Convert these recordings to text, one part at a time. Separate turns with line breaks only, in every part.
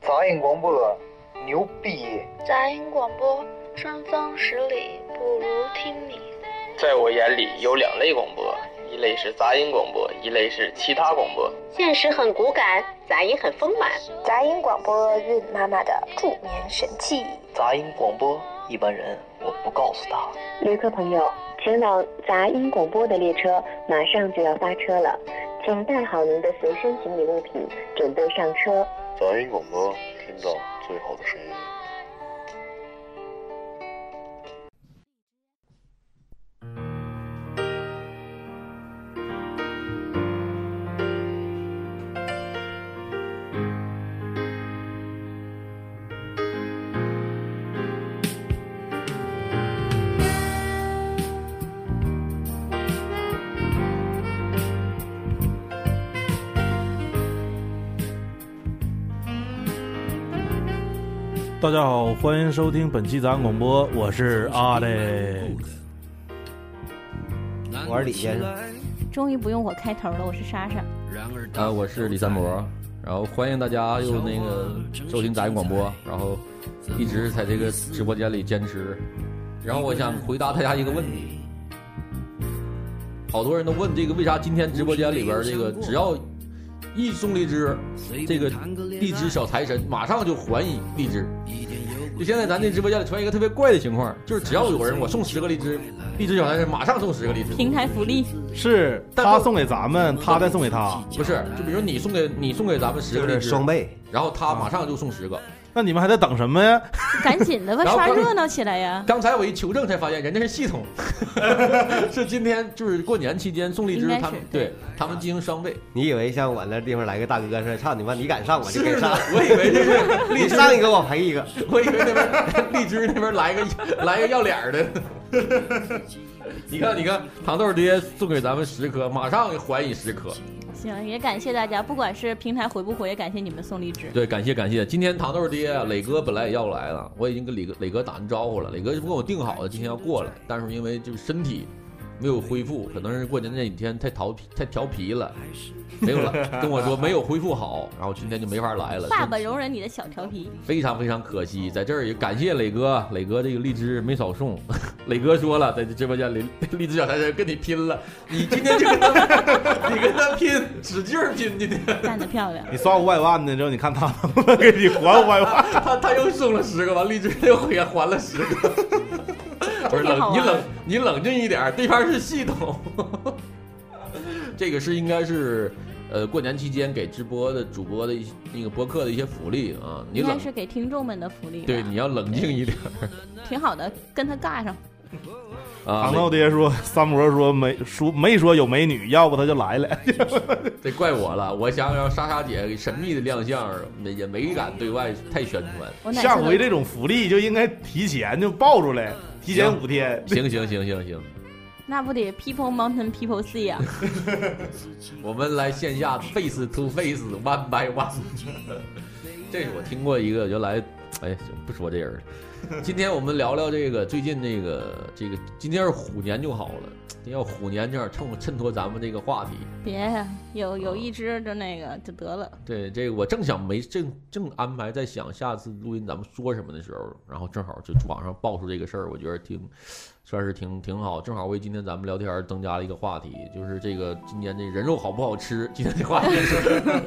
长应广播，牛逼！
杂音广播，春风十里不如听你。
在我眼里有两类广播，一类是杂音广播，一类是其他广播。
现实很骨感，杂音很丰满。
杂音广播，孕妈妈的助眠神器。
杂音广播，一般人我不告诉他。
旅客朋友，前往杂音广播的列车马上就要发车了，请带好您的随身行李物品，准备上车。
杂音广播，听到最好的声音。
大家好，欢迎收听本期杂音广播，我是阿雷。
我是李先生。
终于不用我开头了，我是莎莎。
啊，我是李三博。然后欢迎大家又那个收听杂音广播，然后一直在这个直播间里坚持。然后我想回答大家一个问题，
哎
好多人都问这个为啥今天直播间里边这个只要。一钟离枝，这个荔枝小财神马上就还以荔枝。就现在咱这直播间里出现一个特别怪的情况，就是只要有人我送十个荔枝，荔枝小财神马上送十个荔枝。
平台福利
是他送给咱们，他再送给他，
不是？就比如你送给你送给咱们十个荔枝，
双倍，
然后他马上就送十个。
那你们还在等什么呀？
赶紧的吧，刷热闹起来哎呀！
刚才我一求证才发现，人家是系统，是今天就是过年期间送荔枝，他们对他们进行双倍。
你以为像我那地方来个大哥似的，操你妈，你敢上我就
敢
上，
我以为这是荔枝
上一个我赔一个，
我以为那边荔枝那边来个 来个要脸 的。你看，你看，糖豆爹送给咱们十颗，马上还以十颗。
行，也感谢大家，不管是平台回不回，也感谢你们送荔枝。
对，感谢感谢。今天糖豆爹、磊哥本来也要来了，我已经跟磊哥磊哥打完招呼了，磊哥就跟我定好了，今天要过来，但是因为就是身体没有恢复，可能是过年那几天太调皮太调皮了，没有了跟我说没有恢复好，然后今天就没法来了。
爸爸容忍你的小调皮，
非常非常可惜。在这儿也 感谢磊哥，磊哥这个荔枝没少送。磊哥说了，在直播间里，荔枝小财神跟你拼了， 你今天就跟他， 你跟他拼，使劲拼今天，
干得漂亮！
你刷五百万呢，之后你看他能不能给你还五百 万？
他他又送了十个，完荔枝又还还了十 个。不是冷，
啊
你冷你冷静一点，对方是系统。 这个是应该是，呃，过年期间给直播的主播的一那个播客的一些福利啊。你
应该是给听众们的福利。啊
对，你要冷静一点。
挺好的，跟他尬上。
啊
糖豆爹说，三伯说没说没说有美女，要不他就来了。
这怪我了，我想让莎莎姐神秘的亮相，也没敢对外太宣传。
下回这种福利就应该提前就报出来，提前五天。
行行行行行。
那不得 people mountain people sea 啊！
我们来线下 face to face one by one。这是我听过一个原来，哎呀，不说这人了。今天我们聊聊这个最近这个这个，今天是虎年就好了。要虎年这样衬衬托咱们这个话题。
别呀，有有一只就那个就得了。
对，这个我正想没正正安排在想下次录音咱们说什么的时候，然后正好就网上爆出这个事儿，我觉得挺算是挺挺好，正好为今天咱们聊天增加了一个话题，就是这个今年这人肉好不好吃？今天这话题是。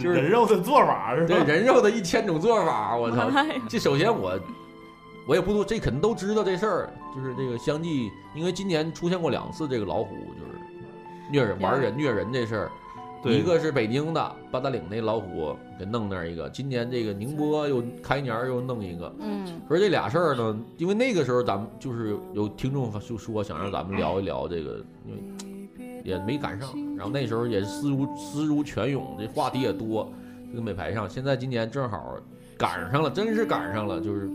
就是
人肉的做法是吧？
对，人肉的一千种做法，啊 我操！这首先我，我也不多，这肯定都知道这事儿，就是这个相继，因为今年出现过两次这个老虎，就是虐人玩人虐人这事儿，一个是北京的八达岭那老虎给弄那儿一个，今年这个宁波又开年又弄一个，
嗯，
而这俩事儿呢，因为那个时候咱们就是有听众就说想让咱们聊一聊这个，因为。也没赶上，然后那时候也思如思如泉涌，这话题也多，这个没排上。现在今年正好赶上了，真是赶上了，就是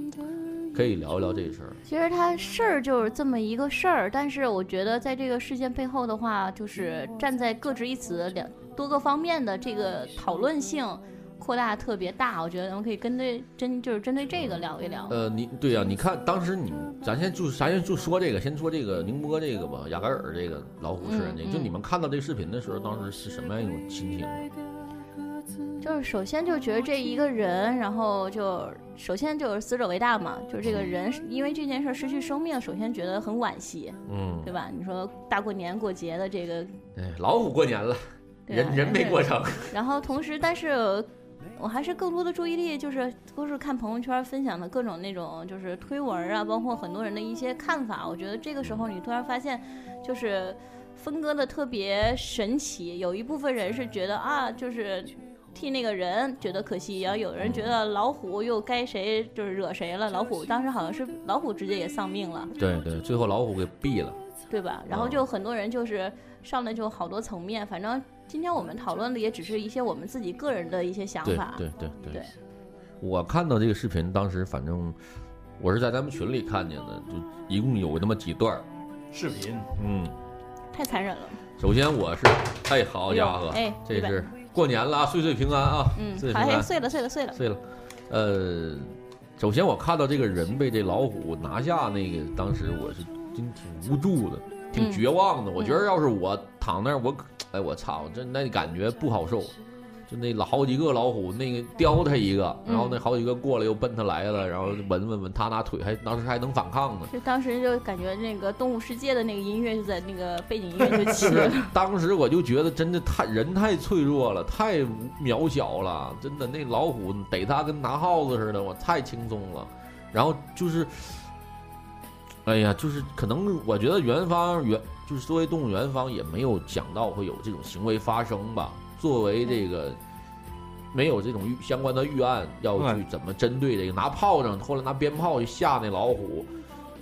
可以聊一聊这事儿。
其实它事儿就是这么一个事儿，但是我觉得在这个事件背后的话，就是站在各执一词两多个方面的这个讨论性扩大特别大。我觉得我们可以针对针就是针对这个聊一聊。
呃，你对呀、啊，你看当时你咱先就咱先就说这个，先说这个宁波这个吧，雅戈尔这个老虎吃人这个，
嗯嗯
就你们看到这个视频的时候，当时是什么样一种心情？
就是首先就觉得这一个人，然后就首先就是死者为大嘛，就是这个人因为这件事失去生命，首先觉得很惋惜，
嗯
对吧？你说大过年过节的这个，
哎，老虎过年了，
对
人
啊
人没过成。
然后同时，但是我还是更多的注意力就是都是看朋友圈分享的各种那种就是推文啊，包括很多人的一些看法。我觉得这个时候你突然发现，就是分割的特别神奇。有一部分人是觉得啊，就是。替那个人觉得可惜，然后有人觉得老虎又该谁就是惹谁了，老虎当时好像是老虎直接也丧命了，
对对，最后老虎给毙了。
对吧？
嗯
然后就很多人就是上来就好多层面，反正今天我们讨论的也只是一些我们自己个人的一些想
对
法。
对对对
对
我看到这个视频，当时反正我是在咱们群里看见的，就一共有那么几段儿。
视频，
嗯，
太残忍了。
首先我是，哎，好家伙，
哎
这
一百
是过年了啊，岁岁平安啊，
嗯
岁，岁
好，
平
哎，
安，
碎了，碎了，碎了。
碎了。呃，首先我看到这个人被这老虎拿下，那个当时我是真挺无助的，挺
嗯
绝望的。我
嗯
觉得要是我躺那儿，我可哎我操，这那感觉不好受。就那老好几个老虎，那个叼他一个，然后那好几个过来又奔他来了，然后闻闻闻，他拿腿还当时还能反抗呢。
就当时就感觉那个动物世界的那个音乐就在那个背景音乐就起
就
了
是，当时我就觉得真的太人太脆弱了，太渺小了，真的那老虎逮它跟拿耗子似的，我太轻松了。然后就是，哎呀，就是可能我觉得园方园就是作为动物园方也没有想到会有这种行为发生吧。作为这个没有这种预相关的预案，要去怎么针对这个拿炮仗，后来拿鞭炮去吓那老虎，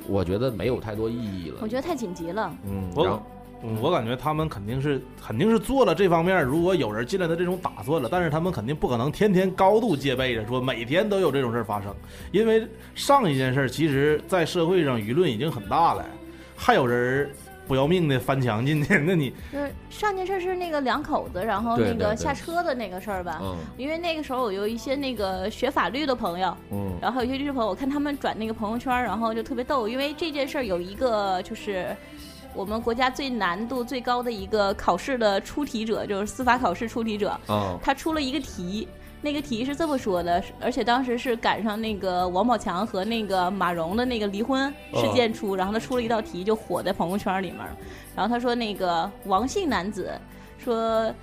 我觉得没有太多意义了
我。觉得太紧急了。
嗯，然后
我。嗯我感觉他们肯定是肯定是做了这方面，如果有人进来的这种打算了，但是他们肯定不可能天天高度戒备着，说每天都有这种事儿发生，因为上一件事儿其实在社会上舆论已经很大了，还有人不要命的翻墙进去，那你
就是上件事是那个两口子，然后
对
那个
对对
下车的那个事儿吧。
嗯
因为那个时候我有一些那个学法律的朋友，
嗯
然后还有一些律师朋友，我看他们转那个朋友圈儿，然后就特别逗，因为这件事儿有一个就是。我们国家最难度最高的一个考试的出题者，就是司法考试出题者，
哦
他出了一个题，那个题是这么说的，是而且当时是赶上那个王宝强和那个马蓉的那个离婚事件出，然后他出了一道题就火在朋友圈里面儿，然后他说那个王姓男子说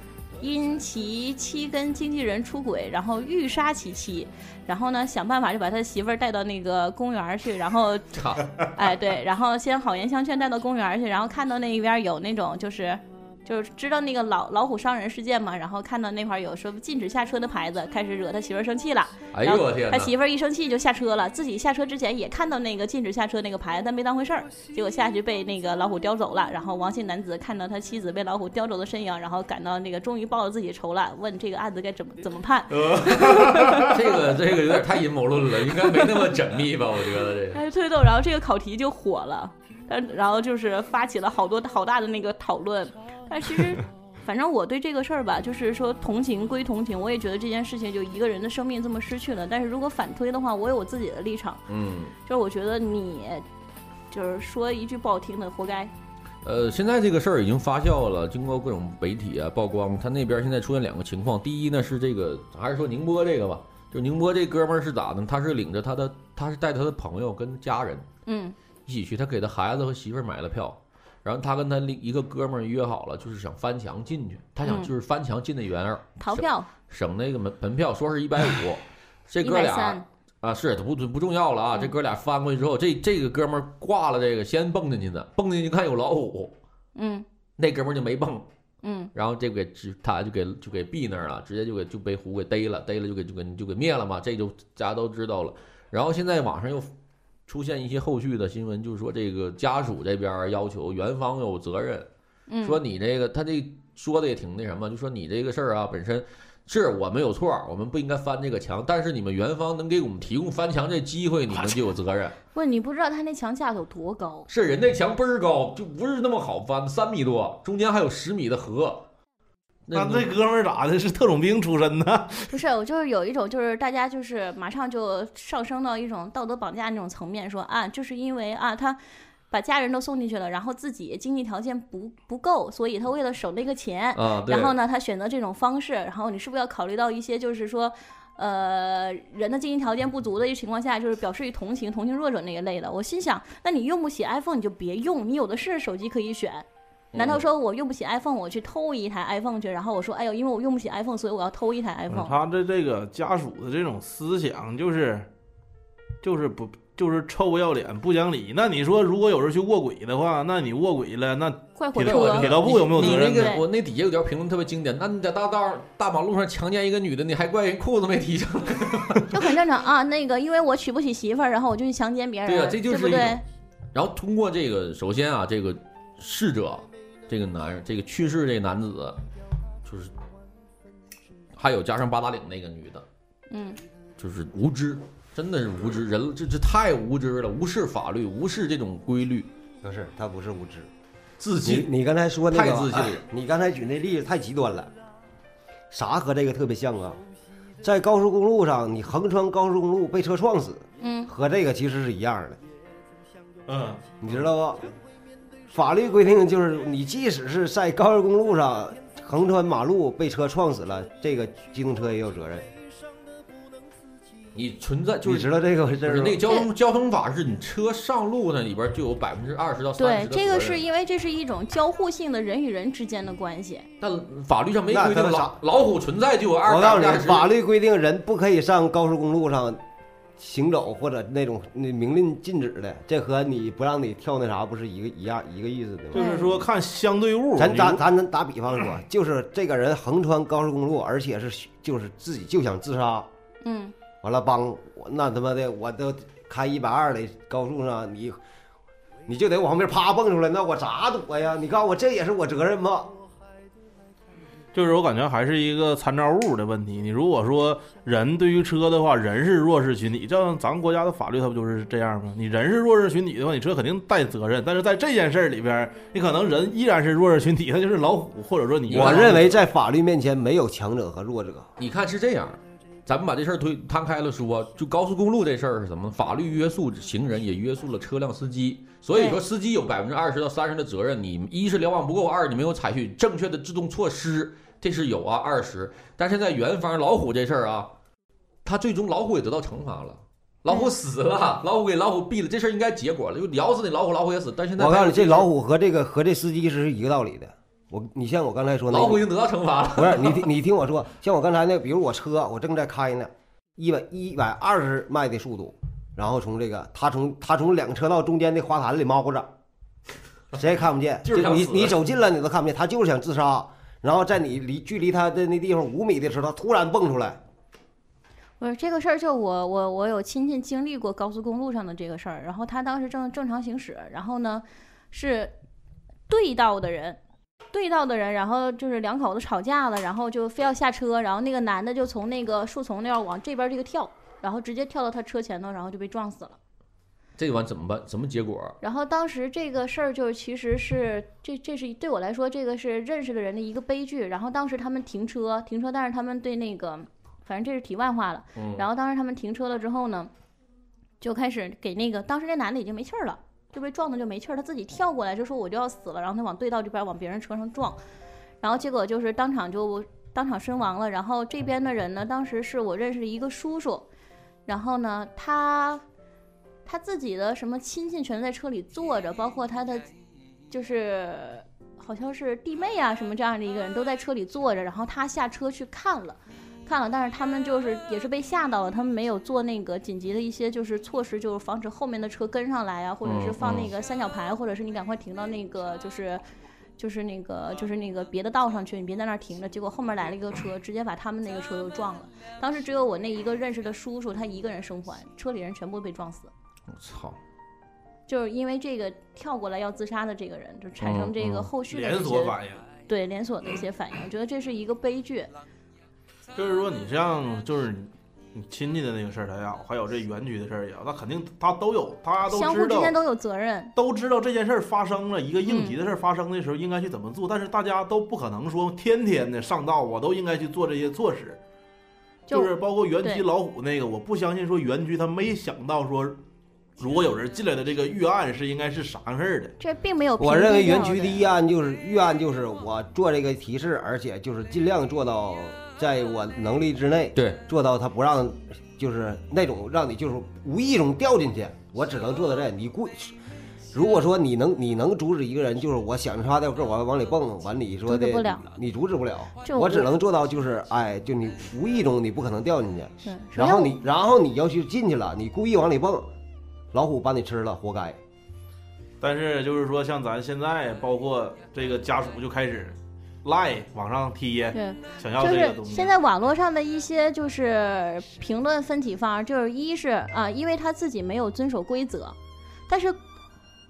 因其妻跟经纪人出轨，然后欲杀其妻，然后呢想办法就把他媳妇儿带到那个公园儿去，然后
操，
哎对，然后先好言相劝带到公园儿去，然后看到那边有那种就是。就是知道那个老老虎伤人事件嘛，然后看到那块儿有说禁止下车的牌子，开始惹他媳妇儿生气了。
哎
然后
呦我天哪
他媳妇儿一生气就下车了，自己下车之前也看到那个禁止下车那个牌子，但没当回事儿。结果下去被那个老虎叼走了。然后王姓男子看到他妻子被老虎叼走的身影，然后感到那个终于报了自己仇了，问这个案子该怎么怎么判。
这个这个有点太阴谋论了，应该没那么缜密吧？我觉得这个
哎，特别逗。然后这个考题就火了，但然后就是发起了好多好大的那个讨论。但其实，反正我对这个事儿吧，就是说同情归同情，我也觉得这件事情就一个人的生命这么失去了。但是如果反推的话，我有我自己的立场，
嗯，
就是我觉得你就是说一句不好听的，活该。
呃，现在这个事儿已经发酵了，经过各种媒体啊曝光，他那边现在出现两个情况，第一呢是这个，还是说宁波这个吧，就宁波这哥们儿是咋的呢？他是领着他的，他是带他的朋友跟家人
嗯
一起去，他给他孩子和媳妇儿买了票。然后他跟他另一个哥们儿约好了，就是想翻墙进去，他想
嗯
就是翻墙进那园儿，
逃票
省那个门门票，说是一百五，这哥
130
俩啊是不不重要了啊，这哥俩翻过去之后，这这个哥们儿挂了这个先蹦进去的，蹦进去看有老虎，
嗯
那哥们儿就没蹦，
嗯
然后这个给直他就给就给毙那儿了，直接就给就被虎给逮了，逮了就给就给就给灭了嘛，这就大家都知道了。然后现在网上又出现一些后续的新闻，就是说这个家属这边儿要求园方有责任，
嗯
说你这个他这说的也挺那什么，就说你这个事儿啊本身。是我们有错儿，我们不应该翻这个墙，但是你们园方能给我们提供翻墙这机会，你们就有责任。
不，你不知道他那墙架有多高。
是人那墙倍儿高，就不是那么好翻，三米多，中间还有十米的河。
那这哥们儿咋的？是特种兵出身呢？
不是，我就是有一种，就是大家就是马上就上升到一种道德绑架那种层面，说啊，就是因为啊，他把家人都送进去了，然后自己经济条件不不够，所以他为了省那个钱，
啊对
然后呢，他选择这种方式，然后你是不是要考虑到一些就是说，呃，人的经济条件不足的一个情况下，就是表示与同情、同情弱者那一类的。我心想，那你用不起 iPhone 你就别用，你有的是手机可以选。
嗯
难道说我用不起 iPhone，我去偷一台 iPhone 去？然后我说，哎呦，因为我用不起 iPhone，所以我要偷一台
不是
iPhone。
他的这个家属的这种思想就是，就是不就是臭不要脸、不讲理。那你说，如果有人去卧轨的话，那你卧轨了，那
快
铁
回
道
车
铁道部有没有
你
责
那
任呢？
个我那底下有条评论特别经典，那你在大道大马路上强奸一个女的，你还怪人裤子没提上来？
就很正常啊。那个，因为我娶不起媳妇儿，然后我就去强奸别人，
对啊这就是
不
一
对
种？然后通过这个，首先啊，这个逝者，这个男，这个去世这个男子，就是还有加上八达岭那个女的，
嗯，
就是无知，真的是无知，人这这太无知了，无视法律，无视这种规律。
不是，他不是无知，
自信
你你刚才说那个
太自信了
啊你刚才举那例子太极端了，啥和这个特别像啊？在高速公路上，你横穿高速公路被车撞死，
嗯，
和这个其实是一样的，
嗯，
你知道不？法律规定就是，你即使是在高速公路上横穿马路被车撞死了，这个机动车也有责任。
你存在就是
你知道这个
不
这
是那个交通交通法是你车上路那里边就有百分之二十到三
对
十，
这个是因为这是一种交互性的人与人之间的关系。
但法律上没
那
规定
他
老
啥
老虎存在就有二
我告诉
百分
你，
之
法
二十。
律规定人不可以上高速公路上行走或者那种那明令禁止的，这和你不让你跳那啥不是一个一样一个意思的吗？
就是说看相对物，
咱咱
你
咱咱打比方说，就是这个人横穿高速公路，而且是就是自己就想自杀，
嗯，
完了帮我那他妈的我都开一百二的高速上，你你就得往旁边啪蹦出来，那我咋躲呀？你告诉我这也是我责任吗？
就是我感觉还是一个参照物的问题。你如果说人对于车的话，人是弱势群体，这样咱们国家的法律它不就是这样吗？你人是弱势群体的话，你车肯定带责任。但是在这件事儿里边儿，你可能人依然是弱势群体，他就是老虎，或者说你
我认为在法律面前没有强者和弱者。
你看是这样，咱们把这事儿推摊开了说，就高速公路这事儿是什么？法律约束行人，也约束了车辆司机。所以说，
对
司机有百分之二十到三十的责任。你一是瞭望不够，二你没有采取正确的制动措施，这是有啊二十。但是在元方老虎这事儿啊，他最终老虎也得到惩罚了。老虎死了，老虎给老虎毙了，这事儿应该结果了，就咬死你老虎，老虎也死。但现在
我告诉你，这老虎
虎
和这个和这司机是一个道理的。我，你像我刚才说那个，
老虎已经得到惩罚了。
不是你听你听我说，像我刚才那个，比如我车我正在开呢，一百一百二十迈的速度，然后从这个他从他从两个车道中间的花坛里猫着，谁也看不见，
就是想
你
死
你走近了你都看不见，他就是想自杀，然后在你离距离他的那地方五米的时候，他突然蹦出来，
不是这个事儿，就我我我有亲戚经历过高速公路上的这个事儿，然后他当时正正常行驶，然后呢是对道的人，对道的人，然后就是两口子吵架了，然后就非要下车，然后那个男的就从那个树丛那儿往这边这个跳，然后直接跳到他车前头，然后就被撞死了。
这完怎么办？什么结果？
然后当时这个事儿就是，其实是这这是对我来说，这个是认识的人的一个悲剧。然后当时他们停车，停车，但是他们对那个，反正这是题外话了。
嗯
然后当时他们停车了之后呢，就开始给那个当时那男的已经没气儿了，就被撞的就没气儿，他自己跳过来就说我就要死了，然后他往对道这边往别人车上撞，然后结果就是当场就当场身亡了。然后这边的人呢，当时是我认识的一个叔叔，然后呢他。他自己的什么亲戚全在车里坐着，包括他的就是好像是弟妹啊什么这样的一个人都在车里坐着，然后他下车去看了。看了，但是他们就是也是被吓到了，他们没有做那个紧急的一些就是措施，就是防止后面的车跟上来啊，或者是放那个三角牌，或者是你赶快停到那个就是就是那个就是那个别的道上去，你别在那儿停着。结果后面来了一个车，直接把他们那个车又撞了。当时只有我那一个认识的叔叔，他一个人生还，车里人全部被撞死。
我操！
就是因为这个跳过来要自杀的这个人，就产生这
嗯
个
嗯
后续的
连
一
锁
些
反应。
对连锁的一些反应，我觉得这是一个悲剧。
就是说，你像就是你亲戚的那个事儿也好，还有这园区的事儿也好，那肯定他都有，他都
相互
知
之
道
间都有责任。
都知道这件事儿发生了，一个应急的事儿发生的时候应该去怎么做，但是大家都不可能说天天的上道，我都应该去做这些措施。
就是
包括园区
对
老虎那个，我不相信说园区他没想到说如果有人进来的这个预案是应该是啥事儿的？
这并没有。
我认为园区的预案就是预案就是我做这个提示，而且就是尽量做到在我能力之内，
对，
做到他不让，就是那种让你就是无意中掉进去，我只能做到这。你故，如果说你能你能阻止一个人，就是我想着他掉个往往里蹦，完你说的
阻止不了
你阻止不了，
这我
我只能做到就是哎，就你无意中你不可能掉进去，
对
然后你然后你要去进去了，你故意往里蹦，老虎把你吃了，活该。
但是就是说，像咱现在，包括这个家属就开始赖往上贴
对，
想要
就
这
是
个东西。
现在网络上的一些就是评论分体方，就是一是啊，因为他自己没有遵守规则，但是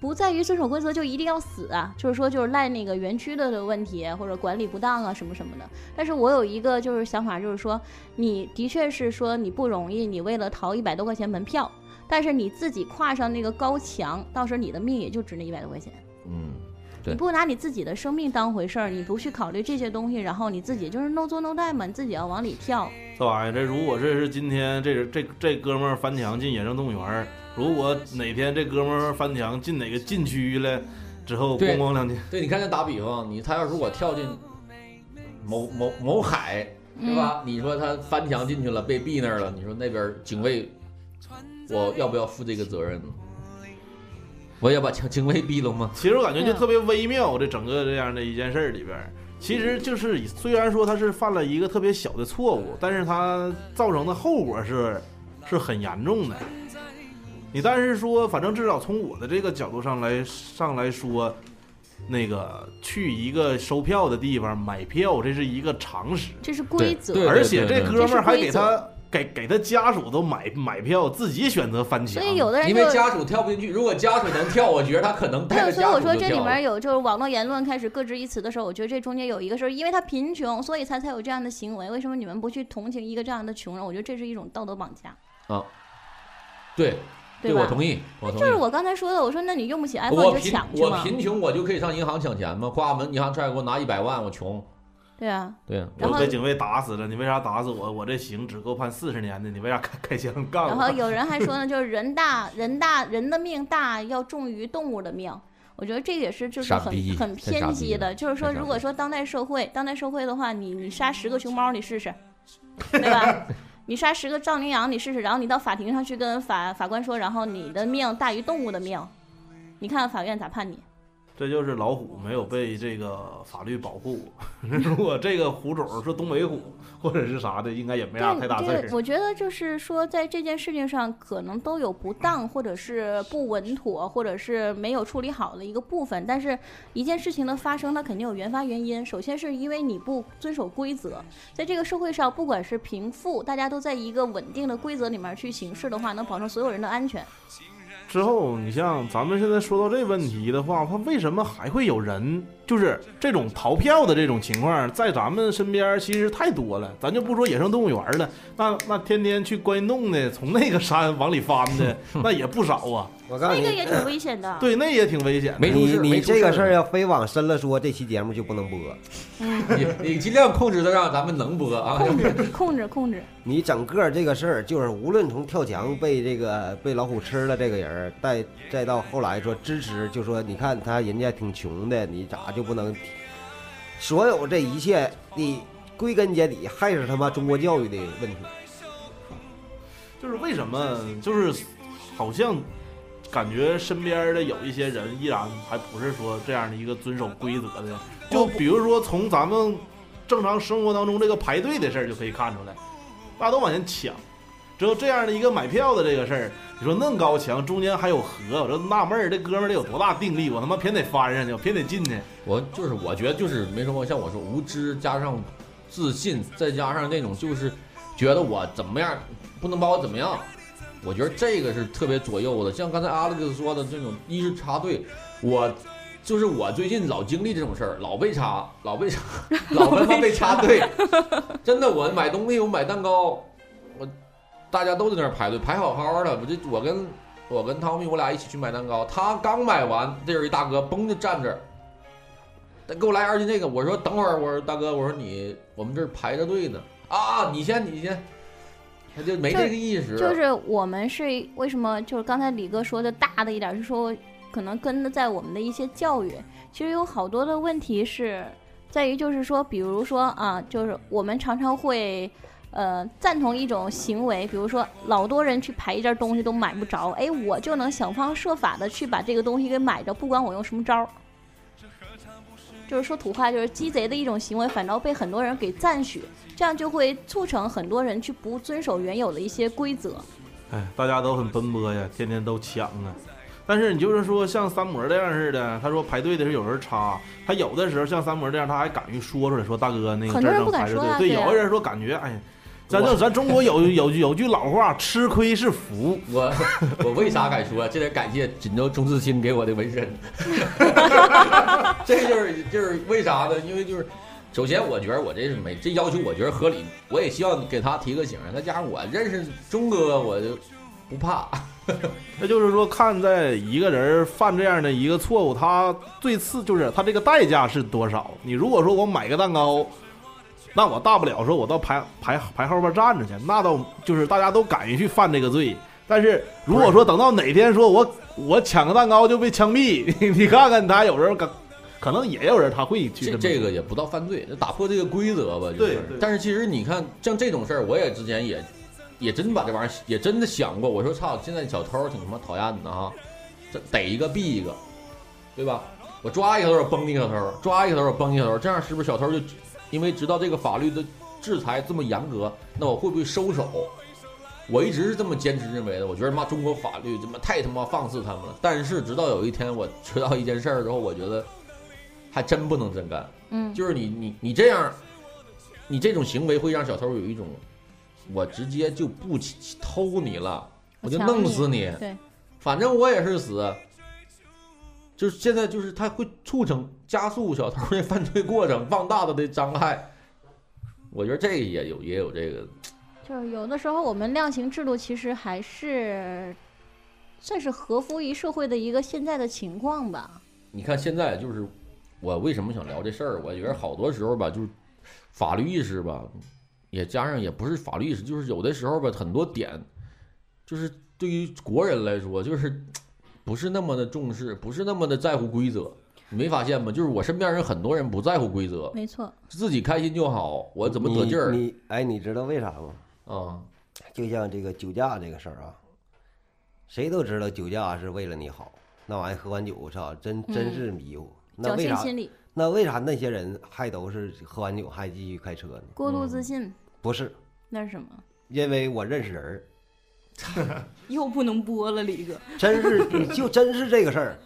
不在于遵守规则就一定要死啊，就是说就是赖那个园区的的问题或者管理不当啊什么什么的。但是我有一个就是想法，就是说你的确是说你不容易，你为了逃一百多块钱门票，但是你自己跨上那个高墙，到时候你的命也就值那一百多块钱。
嗯，
你不拿你自己的生命当回事儿，你不去考虑这些东西，然后你自己就是 no 作 no die 嘛，你自己要往里跳。
这玩意儿，这如果这是今天这这这哥们儿翻墙进野生动物园儿，如果哪天这哥们儿翻墙进哪个禁区了之后，咣咣两天，
对，你看，这打比方，你他要是我跳进某某某海，对
嗯
吧？你说他翻墙进去了，被毙那儿了，你说那边警卫，我要不要负这个责任呢？我要把警警卫毙了吗？
其实我感觉就特别微妙，这整个这样的一件事儿里边儿，其实就是以虽然说他是犯了一个特别小的错误，但是他造成的后果是是很严重的。你但是说，反正至少从我的这个角度上来上来说，那个去一个收票的地方买票，这是一个常识，
这是规则对对对
而且这
对对
哥们儿还给
这
他给给他家属都买买票，自己选择翻
所
墙。
以有的人
因为
就
家属跳不进去，如果家属能跳，我觉得他可能带
对，
着
所以
家
我
属就
说这里
跳了
面。有就是网络言论开始各执一词的时候，我觉得这中间有一个事儿，因为他贫穷，所以他才有这样的行为。为什么你们不去同情一个这样的穷人？我觉得这是一种道德绑架。
啊，对，
对吧
我同意，我同意。
就是我刚才说的，我说那你用不起
我
iPhone 你就
贫
抢去
我
嘛，
贫穷，我就可以上银行抢钱吗？挂门银行出来给我拿一百万，我穷。
对啊。
对，
然
我
后
被警卫打死了，你为啥打死我？我这刑只够判四十年的，你为啥开开枪干我？
然后有人还说呢，就是人大 人大人的命大，要重于动物的命。我觉得这也是就是
傻
很
逼
很
太傻
偏
逼
激的，
了
就是说，
太傻
如果
逼
说当代社会，当代社会的话，你你杀十个熊猫，你试 试，对吧？你杀十个藏羚羊，你试试，然后你到法庭上去跟法法官说，然后你的命大于动物的命，你看法院咋判你？
这就是老虎没有被这个法律保护。 如果这个虎种是东北虎或者是啥的，应该也没啥太大事
对，
儿
这。我觉得就是说，在这件事情上，可能都有不当，或者是不稳妥，或者是没有处理好的一个部分。但是，一件事情的发生，它肯定有原发原因。首先是因为你不遵守规则，在这个社会上，不管是贫富，大家都在一个稳定的规则里面去行事的话，能保证所有人的安全。
之后，你像咱们现在说到这问题的话，他为什么还会有人就是这种逃票的这种情况，在咱们身边其实太多了。咱就不说野生动物园了，那那天天去关洞的，从那个山往里翻的，那也不少啊。
我告诉
那
你，
个也挺危险的。
对，那也挺危险的。
你你这个事儿要非往深了说，这期节目就不能播。
你你尽量控制的让咱们能播啊，
控制控制控制，
你整个这个事儿，就是无论从跳墙
嗯
被这个被老虎吃了这个人儿，再再到后来说支持，就说你看他人家挺穷的，你咋就不能？所有这一切，你归根结底还是他妈中国教育的问题。
就是为什么，就是好像感觉身边的有一些人依然还不是说这样的一个遵守规则的。就比如说从咱们正常生活当中这个排队的事儿就可以看出来，大家都往前抢。只有这样的一个买票的这个事儿，你说那么高墙，中间还有河，我这纳闷儿，这哥们儿得有多大定力？我他妈偏得翻上去，我偏得进去。
我就是我觉得就是没什么，像我说无知加上自信，再加上那种就是觉得我怎么样不能把我怎么样，我觉得这个是特别左右的。像刚才 Alex 说的这种，一是插队，我就是我最近老经历这种事儿，老被插，老被插，老他妈被插队。真的，我买东西，我买蛋糕，我大家都在那儿排队，排好好的。我这我跟我跟汤米，我俩一起去买蛋糕，他刚买完，这有一大哥嘣就站这儿。他给我来二斤这个，我说等会儿，我说大哥，我说你我们这儿排着队呢啊，你先你先，他就没这个意识。
就是我们是为什么？就是刚才李哥说的大的一点，是说可能跟的在我们的一些教育，其实有好多的问题是在于，就是说，比如说啊，就是我们常常会。呃，赞同一种行为，比如说老多人去排一件东西都买不着，哎，我就能想方设法的去把这个东西给买着，不管我用什么招儿。就是说土话，就是鸡贼的一种行为，反倒被很多人给赞许，这样就会促成很多人去不遵守原有的一些规则。
哎，大家都很奔波呀，天天都抢啊。但是你就是说，像三模这样似的，他说排队的时候有人插，他有的时候像三模这样，他还敢于说出来，说大哥那个
很多
这儿
人
正
不敢
排着
说
队，
啊
对，
对啊
有的人说感觉哎，咱就咱中国有有有句老话，吃亏是福。
我我为啥敢说？啊这得感谢锦州钟志清给我的 纹身。这就是就是为啥呢？因为就是，首先我觉得我这是没这要求，我觉得合理，我也希望给他提个醒。啊再加上我认识钟哥，我就不怕。
那就是说，看在一个人犯这样的一个错误，他最次就是他这个代价是多少？你如果说我买个蛋糕，那我大不了说我到排排排后边站着去，那倒就是大家都敢于去犯这个罪。但是如果说等到哪天说我我抢个蛋糕就被枪毙， 你你看看他有人可可能也有人他会去
这
么做
这个也不到犯罪，就打破这个规则吧，就是。
对对
但是其实你看，像这种事儿，我也之前也也真把这玩意儿也真的想过，我说操，现在小偷挺他妈讨厌的哈，这逮一个毙一个，对吧？我抓一个小偷，我崩一个小偷，抓一个小偷，我崩一个小偷，这样是不是小偷就因为知道这个法律的制裁这么严格，那我会不会收手？我一直是这么坚持认为的，我觉得妈中国法律他妈太他妈放肆他们了。但是直到有一天我知道一件事儿之后，我觉得还真不能真干。
嗯
就是你你你这样，你这种行为会让小偷有一种，我直接就不起偷你了，我就
抢
弄死你，
对，
反正我也是死。就是现在，就是它会促成加速小偷的犯罪过程，放大他的伤害。我觉得这个也有也有这个
就是有的时候我们量刑制度其实还是算是合乎于社会的一个现在的情况吧。
你看现在就是我为什么想聊这事儿？我觉得好多时候吧，就是法律意识吧，也加上也不是法律意识，就是有的时候吧，很多点就是对于国人来说，就是不是那么的重视，不是那么的在乎规则。你没发现吗？就是我身边人很多人不在乎规则，
没错，
自己开心就好，我怎么得劲儿？
你你哎，你知道为啥吗？
啊，
就像这个酒驾这个事儿啊，谁都知道酒驾是为了你好，那玩意儿喝完酒，我操，真
嗯
真是迷糊。那
侥
为
幸
啥
心理？
那为啥那些人还都是喝完酒还继续开车呢？
过度自信、
不是，
那是什么？
因为我认识人儿。
又不能播了，李哥。
真是， 你就真是这个事儿。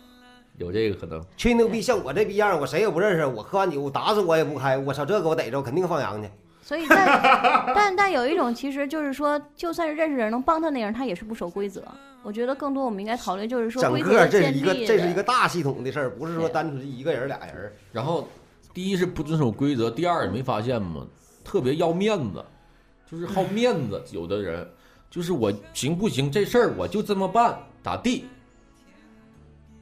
有这个可能。
吹牛逼，像我这逼样儿，我谁也不认识，我喝完酒打死我也不开，我操，这给我逮着，肯定放羊去。
所以 但但但有一种，其实就是说，就算是认识人能帮他那人，他也是不守规则。我觉得更多我们应该讨论，就是说
整
规则
个
的
这
建立
是一
的。
个这是一个大系统的事儿，不是说单纯一个人儿俩人儿。
然后，第一是不遵守规则，第二你没发现吗？特别要面子，就是好面子。有的人就是我行不行这事儿我就这么办，咋地？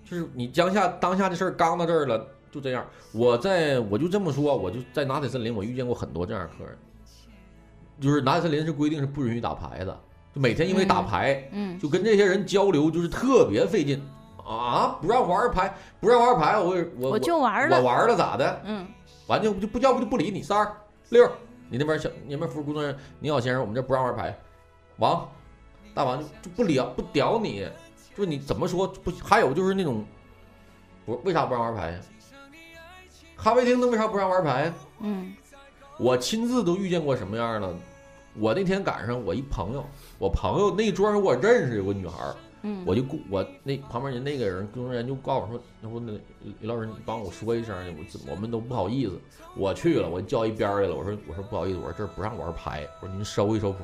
就是你当下当下这事儿刚到这儿了，就这样。我在我就这么说，我就在拿铁森林，我遇见过很多这样的客人，就是拿铁森林是规定是不允许打牌的，就每天因为打牌，
嗯
就跟这些人交流就是特别费劲啊！不让玩牌，不让玩牌，我我
我就玩了
我玩了咋的？
嗯，
完就就不要不就不理你三儿六儿，你那边小你那边服务工作人员，你好先生，我们这不让玩牌，王大王就就不聊不屌你，就是你怎么说不？还有就是那种不为啥不让玩牌呀？咖啡厅那为啥不让玩牌呀？
嗯，
我亲自都遇见过什么样的？我那天赶上我一朋友，我朋友那桌上我认识有个女孩儿，
嗯
我就顾我那旁边人那个人工作人员就告诉我说，要不那李老师你帮我说一声，我怎我们都不好意思。我去了，我叫一边儿来了，我说我说不好意思，我说这儿不让玩牌，我说您收一收谱，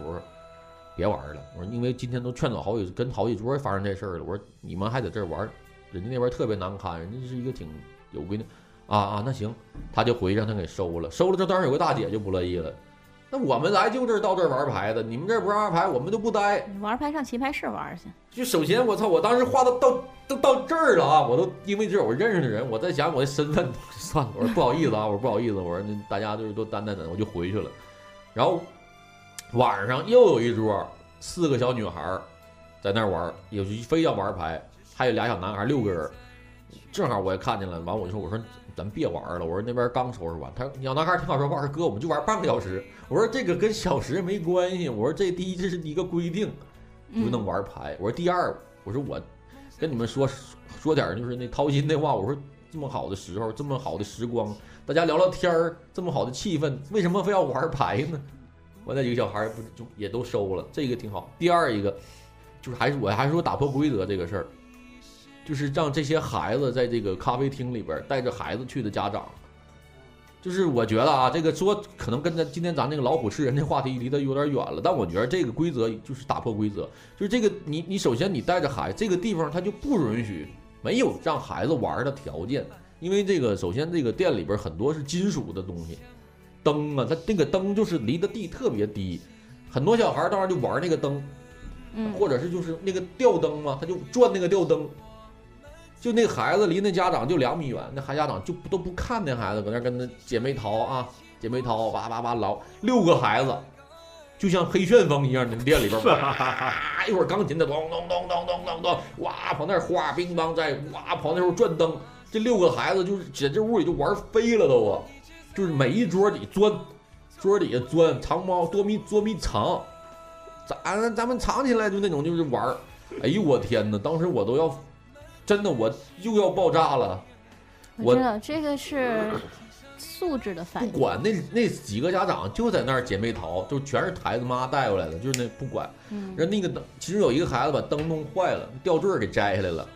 别玩了。我说因为今天都劝走好几跟好几桌发生这事儿了，我说你们还在这儿玩，人家那边特别难堪，人家是一个挺有规定啊啊，那行，他就回去让他给收了，收了之后当然有个大姐就不乐意了。那我们来就这儿到这儿玩牌的，你们这儿不让玩牌，我们就不待。
你玩牌上棋牌室玩去。
就首先我操，我当时画到到都到这儿了啊！我都因为这是我认识的人，我在想我的身份，算了，我说不好意思啊，我说不好意思，我说那大家就是都担待担，我就回去了。然后晚上又有一桌，四个小女孩儿在那儿玩儿，也就非要玩牌，还有俩小男孩儿，六个人儿。正好我也看见了，完我就说：“我说咱别玩了，我说那边刚收拾完。”他说：“小男孩儿挺好说话，我说哥，我们就玩半个小时。”我说：“这个跟小时没关系。”我说：“这第一这是一个规定，
嗯
不能玩牌。”我说：“第二，我说我跟你们说说点儿就是那掏心的话，我说这么好的时候，这么好的时光，大家聊聊天儿，这么好的气氛，为什么非要玩牌呢？”完，那几个小孩儿不就也都收了，这个挺好。第二一个就是还是我还说打破规则这个事儿，就是让这些孩子在这个咖啡厅里边儿带着孩子去的家长，就是我觉得啊，这个说可能跟咱今天咱这个老虎吃人这话题离得有点远了，但我觉得这个规则就是打破规则，就是这个你你首先你带着孩子，这个地方它就不允许没有让孩子玩儿的条件，因为这个首先这个店里边儿很多是金属的东西，灯啊，它那个灯就是离的地特别低，很多小孩儿当时就玩那个灯，
嗯
或者是就是那个吊灯嘛，他就转那个吊灯，就那孩子离那家长就两米远，那孩家长就不都不看那孩子，搁那跟那姐妹淘啊，姐妹淘哇哇哇老六个孩子，就像黑旋风一样，那店里边哇，一会儿钢琴的咚咚咚咚咚咚咚，哇跑那儿哗乒乓在哇跑那时候转灯，这六个孩子就是在这屋里就玩飞了都啊，就是每一桌底钻，桌底下钻藏猫捉迷捉迷藏。咱咱们藏起来就那种就是玩儿，哎呦我天哪！当时我都要，真的我又要爆炸了。
我知道这个是素质的反
不
应。
管那那几个家长就在那儿姐妹淘，就全是孩子妈带过来的，就是那不管。
嗯
人那个灯，其实有一个孩子把灯弄坏了，吊坠儿给摘下来了，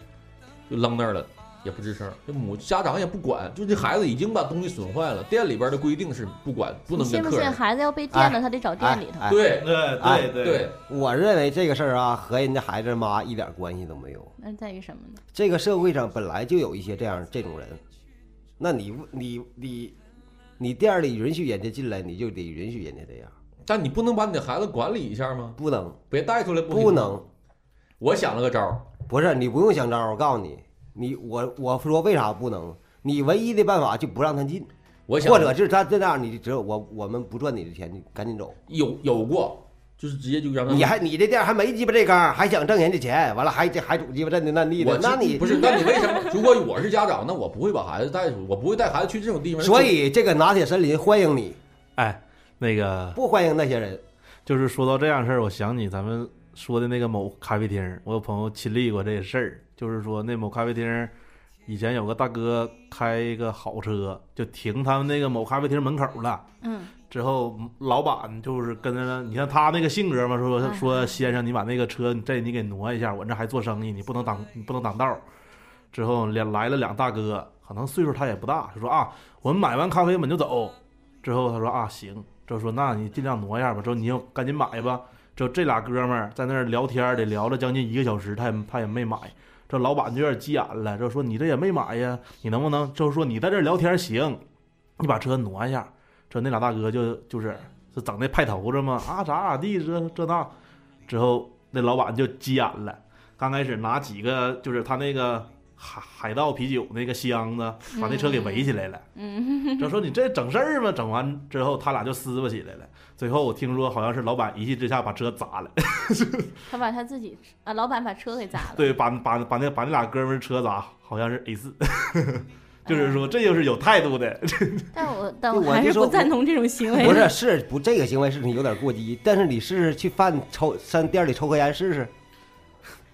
就扔那儿了，也不吱声。这母家长也不管，就这孩子已经把东西损坏了。店里边的规定是不管，不
你
能
信
跟
不
客
信
人。
孩子要被电了，他得找店里头？
哎
对
哎
对对对，
我认为这个事儿啊，和人家孩子妈一点关系都没有。
那在于什么呢？
这个社会上本来就有一些这样这种人，那你你你你店里允许人家进来，你就得允许人家这样。
但你不能把你的孩子管理一下吗？
不能，
别带出来不行
不能。
我想了个招儿，
不是你不用想招儿，我告诉你，你我我说为啥不能？你唯一的办法就不让他进，
我想
或者是他这样，你就只有我我们不赚你的钱，你赶紧走。
有有过，就是直接就让他
你还你这店还没鸡巴这缸，还想挣人家钱，完了还这还主鸡巴占天占地
我
的，那
是
你
不是？那你为什么？如果我是家长，那我不会把孩子带出去，我不会带孩子去这种地方。
所以这个拿铁森林欢迎你，
哎，那个
不欢迎那些人。
就是说到这样事儿，我想起咱们说的那个某咖啡厅，我有朋友亲历过这事儿，就是说那某咖啡厅以前有个大哥开一个好车，就停他们那个某咖啡厅门口了。
嗯，
之后老板就是跟着你看他那个性格嘛，说
哎
说先生，你把那个车你这你给挪一下，我这还做生意，你不能挡你不能挡道儿。之后两来了两大哥，可能岁数他也不大，就说啊，我们买完咖啡我们就走。之后他说啊行，之后说那你尽量挪一下吧，之后你就赶紧买吧。之后这俩哥们儿在那儿聊天儿，得聊了将近一个小时，他也他也没买。这老板就有点急眼了，就说你这也没买呀，你能不能就是说你在这儿聊天儿行，你把车挪一下。这那俩大哥就就是是整那派头子嘛，啊咋咋地这这那，之后那老板就急眼了，刚开始拿几个就是他那个海海盗啤酒那个箱子，把那车给围起来了。
嗯，
就说你这整事儿吗？整完之后，他俩就撕巴起来了。最后我听说好像是老板一气之下把车砸了，
他把他自己啊，老板把车给砸了。
对，把把把那把那俩哥们儿车砸，好像是 A 四， 就是说这就是有态度的。
但我但
我
我还
就是说
不赞同这种行为。
不是，是不这个行为是你有点过激，但是你试试去饭抽上店里抽根烟试试，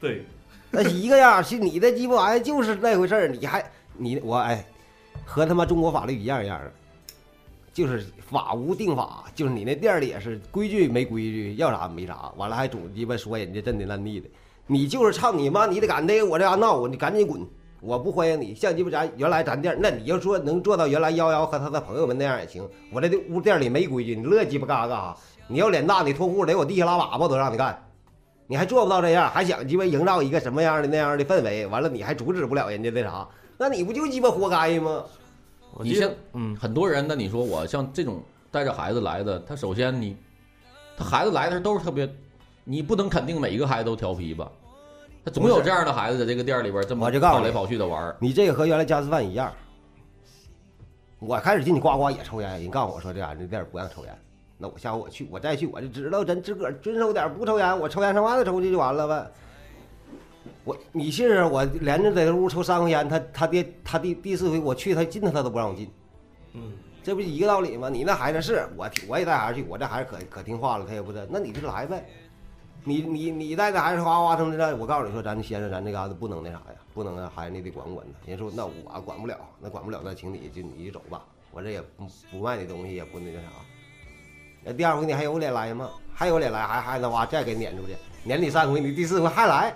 对，
那一个样儿。是你的鸡巴玩意儿就是那回事儿，你还你我哎，和他妈中国法律一样一样的，就是法无定法，就是你那店里也是规矩没规矩，要啥没啥，完了还总鸡巴说人家震天烂地的，你就是唱你妈，你得敢逮我这嘎闹，我你赶紧滚。我不欢迎你，像鸡巴咱原来咱店儿，那你要说能做到原来幺幺和他的朋友们那样也行。我这屋店里没规矩，你乐鸡巴干啥干啥。你要脸大，你脱裤子，在我地下拉粑粑我都让你干。你还做不到这样，还想鸡巴营造一个什么样的那样的氛围？完了，你还阻止不了人家那啥，那你不就鸡巴活该吗？
你像嗯，很多人，那你说我像这种带着孩子来的，他首先你，他孩子来的时候都是特别，你不能肯定每一个孩子都调皮吧，他总有这样的孩子在这个店里边这么
我就告诉
跑
你
来跑去的玩儿。
你这个和原来家吃饭一样。我开始进去呱呱也抽烟，人告诉我说这样，这店儿不让抽烟。那我下回我去，我再去，我就知道咱自个儿遵守点儿，不抽烟，我抽烟上外头抽去就完了呗。我你试试，我连着在这屋抽三回烟，他他爹他第第四回我去，他进他他都不让我进，
嗯，
这不一个道理吗？你那孩子是我挺我也带孩子去，我这孩子可可听话了，他也不是，那你就来呗。你你你带着孩子哗哗成这样，我告诉你说，咱先生咱这嘎达不能那啥呀，不能那孩子你得管管他。人家说那我管不了，那管不了，那请你就你就走吧，我这也不不卖你东西，也不那个啥。那第二回你还有脸来吗？还有脸来，还还那哇再给撵出去，撵你三回，你第四回还来，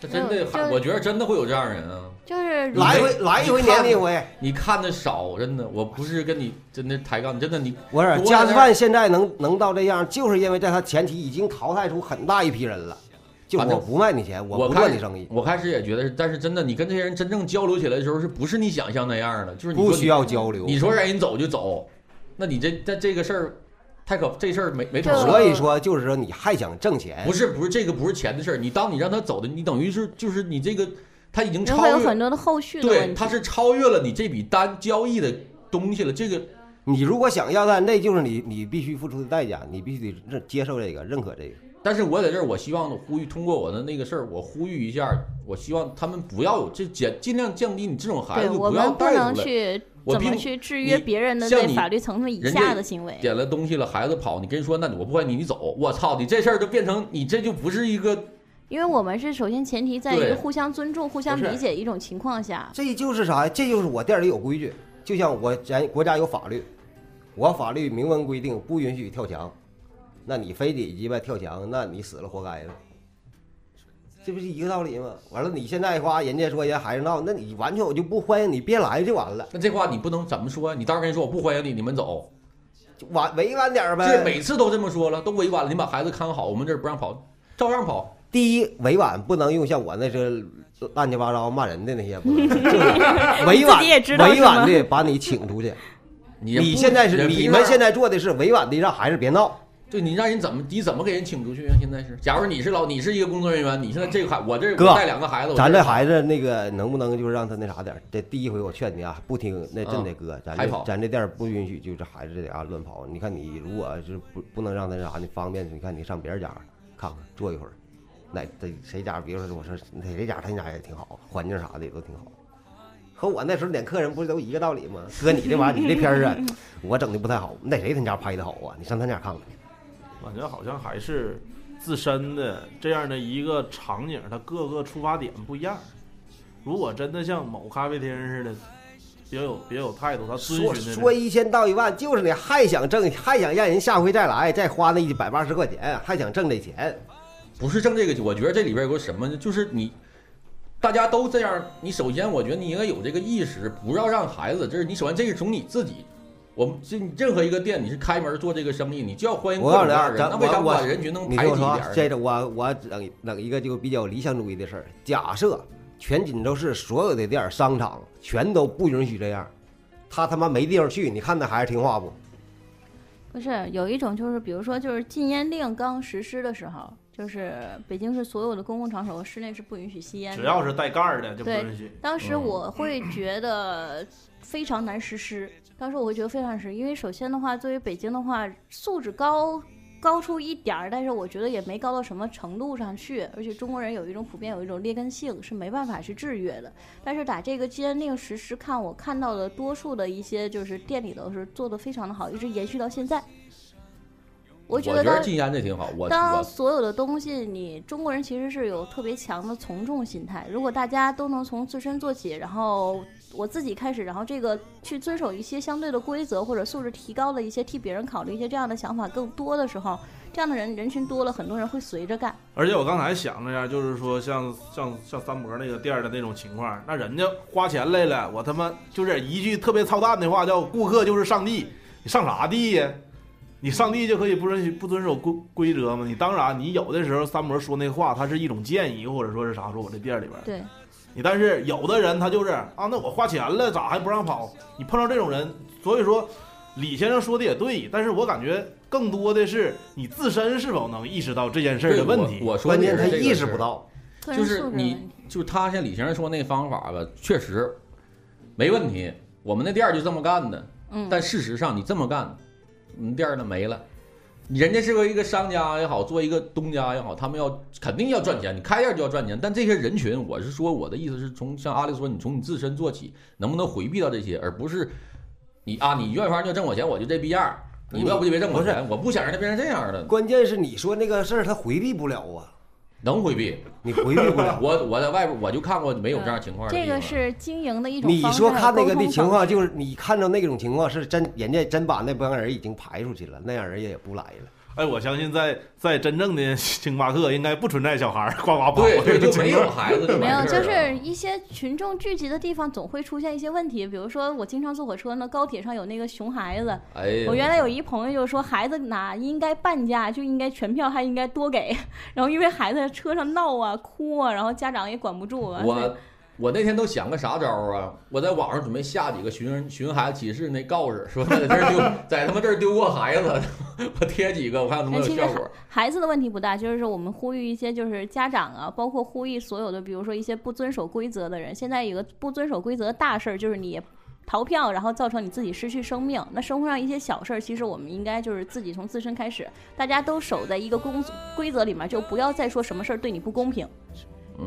这真的
就，是
我觉得真的会有这样人啊。
就是如
来一回来一回撵你一回。
你看的少，真的，我不是跟你真的抬杠，真的你
我说
多
加斯
点
曼现在能能到这样，就是因为在他前提已经淘汰出很大一批人了。就
反
我
正
不卖你钱，
我
不
开
赚
始
你生意，
我开始也觉得是，但是真的，你跟这些人真正交流起来的时候，是不是你想象那样的？就是你
不
说你
需要交流。
你说让人走就走，那你这这这个事儿太可，这事儿没没头儿了。
所以说就是说你还想挣钱，
不是不是这个不是钱的事儿，你当你让他走的，你等于是就是你这个他已经
人
超
会有
越
很，多的后续的问
对，
题。
他是超越了你这笔单交易的东西了。这个
你如果想要的，那就是你你必须付出的代价，你必须得认接受这个，认可这个。
但是我在这儿，我希望呼吁，通过我的那个事儿，我呼吁一下，我希望他们不要有这减，尽量降低你这种孩
对
子
我
不
们
要
不
带
能
出来。
去
我
怎么
并
去制
你
约别人的
像
在
你
法律层面以
人
下
家
的行为。
点了东西了，孩子跑，你跟人说，那我不管你，你走，我操，你这事儿就变成你这就不是一个
因为我们是首先前提在于
对
互相尊重、互相
不是
理解一种情况下，
这就是啥呀？这就是我店里有规矩，就像我咱国家有法律，我法律明文规定不允许跳墙，那你非得鸡巴跳墙，那你死了活该呗。这不是一个道理吗？完了，你现在花人家说人家孩子闹，那你完全我就不欢迎你，别来就完了，
那这话你不能怎么说？你到时候跟人说我不欢迎你，你们走，
就完委婉点儿
这
呗。
每次都这么说了，都委婉了。你把孩子看好，我们这儿不让跑，照样跑。
第一，委婉不能用像我那是乱七八糟骂人的那些，不能 就是委婉
自己也知道是
委
吗
婉的把你请出去。
你
你现在是你们现
在
在做的是委婉的让孩子别闹。
对你让人怎么你怎么给人请出去啊？现在是，假如你是老你是一个工作人员，你现在这个孩我这
哥
我带两个孩子，我
咱
这
这孩子那个能不能就是让他那啥点儿？这第一回我劝你啊，不听那真得哥，咱
嗯还
这
跑
咱这店儿不允许就这孩子这嘎乱跑。你看你如果是不不能让他那啥，你方便，你看你上别人家看看坐一会儿，哪这谁家，比如说我说哪谁家他家也挺好，环境啥的也都挺好。和我那时候撵客人不是都一个道理吗？哥，你这玩意儿，你这片 儿啊，我整的不太好。那谁他家拍的好啊？你上他家看看。
感觉好像还是自身的这样的一个场景，它各个出发点不一样。如果真的像某咖啡厅似的，别有别有态度，他遵
说
循的
说一千道一万，就是你还想挣，还想让人下回再来，再花那一百八十块钱，还想挣这钱。
不是挣这个，我觉得这里边有个什么呢？就是你大家都这样，你首先我觉得你应该有这个意识，不要让孩子，这是你首先这是从你自己。我们这任何一个店，你是开门做这个生意，你就要欢迎各
我告诉
种
你
各
啊
样，的
咱
人。那为啥
我
不
我
把人群能
你
排
听
挤
我说
一
啊
点儿呢？
这个我我整整一个就比较理想主义的事儿。假设全锦州市所有的店儿商场全都不允许这样，他他妈没地方去。你看那孩子听话不？
不是有一种就是，比如说就是禁烟令刚实施的时候，就是北京市所有的公共场所和室内是不允许吸烟的，
只要是带盖儿的就不
对
允许。，
当时
嗯
嗯
我会觉得非常难实施。当时我会觉得非常难实施，因为首先的话，作为北京的话，素质高高出一点儿，但是我觉得也没高到什么程度上去。而且中国人有一种普遍有一种劣根性，是没办法去制约的。但是打这个禁烟令实施看，我看到的多数的一些就是店里头是做的非常的好，一直延续到现在。
我
觉
觉
得当
禁烟这挺好，我
当
我
所有的东西，你中国人其实是有特别强的从众心态。如果大家都能从自身做起，然后我自己开始，然后这个去遵守一些相对的规则，或者素质提高了一些，替别人考虑一些这样的想法更多的时候，这样的人人群多了，很多人会随着干。
而且我刚才想了一下，就是说像像像三伯那个店儿的那种情况，那人家花钱来了，我他妈就是一句特别操蛋的话，叫顾客就是上帝，你上啥帝呀？你上帝就可以不允许不遵守规规则吗？你当然，你有的时候三伯说那话，他是一种建议，或者说是啥，说我这店里边儿，
对，
你但是有的人他就是啊，那我花钱了，咋还不让跑？你碰到这种人，所以说李先生说的也对，但是我感觉更多的是你自身是否能意识到这件事儿的
对
问
我
题。
我说
关
的
键
也
他
是这个
意识
事
不
儿
到。
个人
就
素质
是你就是他像李先生说那方法吧，确实没问题，我们那店儿就这么干的。嗯
嗯，
但事实上，你这么干，你店儿呢没了，人家是个一个商家也好，做一个东家也好，他们要肯定要赚钱，你开店就要赚钱。但这些人群，我是说我的意思是从像阿丽说，你从你自身做起，能不能回避到这些，而不是你啊，你愿意方就挣我钱，我就这逼样儿，你要不就别挣我钱，我不想让他变成这样的。
关键是你说那个事儿，他回避不了啊。
能回避，
你回避不了。
我我在外边我就看过没有这样情况的
嗯
地
这
方。
个是经营的一种
你
方式。
说看那个
沟
的
通
情
方
况，
式
就是你看到那种情况是真，人家真把那帮人已经排出去了，那样人也不来了。
哎，我相信在在真正的星巴克应该不存在小孩儿呱呱跑
对对
这个
就
情
没有
况
孩子就
没有，就
完事儿啊
是一些群众聚集的地方总会出现一些问题，比如说我经常坐火车呢，高铁上有那个熊孩子。
哎呀
我原来有一朋友就说，孩子哪应该半价就应该全票，还应该多给。 然后因为孩子在车上闹啊、哭啊，然后家长也管不住啊。所以
我我那天都想个啥招儿啊？我在网上准备下几个寻人寻孩子启事那告示，说在这儿丢，在他妈这儿丢过孩子，我贴几个，我看他妈
但
有
哎其实
效
孩
果。
孩子的问题不大，就是说我们呼吁一些就是家长啊，包括呼吁所有的，比如说一些不遵守规则的人。现在有个不遵守规则的大事儿，就是你逃票，然后造成你自己失去生命。那生活上一些小事儿，其实我们应该就是自己从自身开始，大家都守在一个公规则里面，就不要再说什么事儿对你不公平。
嗯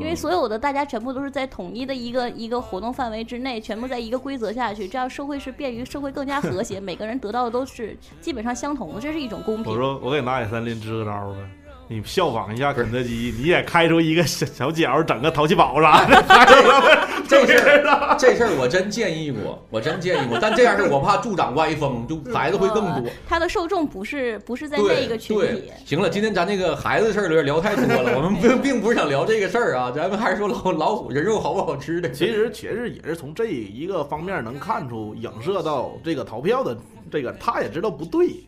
因为所有的大家全部都是在统一的一个一个活动范围之内，全部在一个规则下去，这样社会是便于社会更加和 谐，每个人得到的都是基本上相同的，这是一种公平。
我说我给蚂蚁森林支个招儿呗，你效仿一下肯德基，你也开出一个小小角，整个淘气堡啥 的。
哎
这事 儿，这事儿我真建议过，我真建议过，但这样式儿我怕助长歪风，就孩子会更多。
他的受众不是不哦是在那
对
一个群体
对。，行了，今天咱这个孩子事儿有点聊太多了，我们并并不是想聊这个事儿啊，咱们还是说老老虎人肉好不好吃的。
其实其实也是从这一个方面能看出，影射到这个逃票的这个，他也知道不对，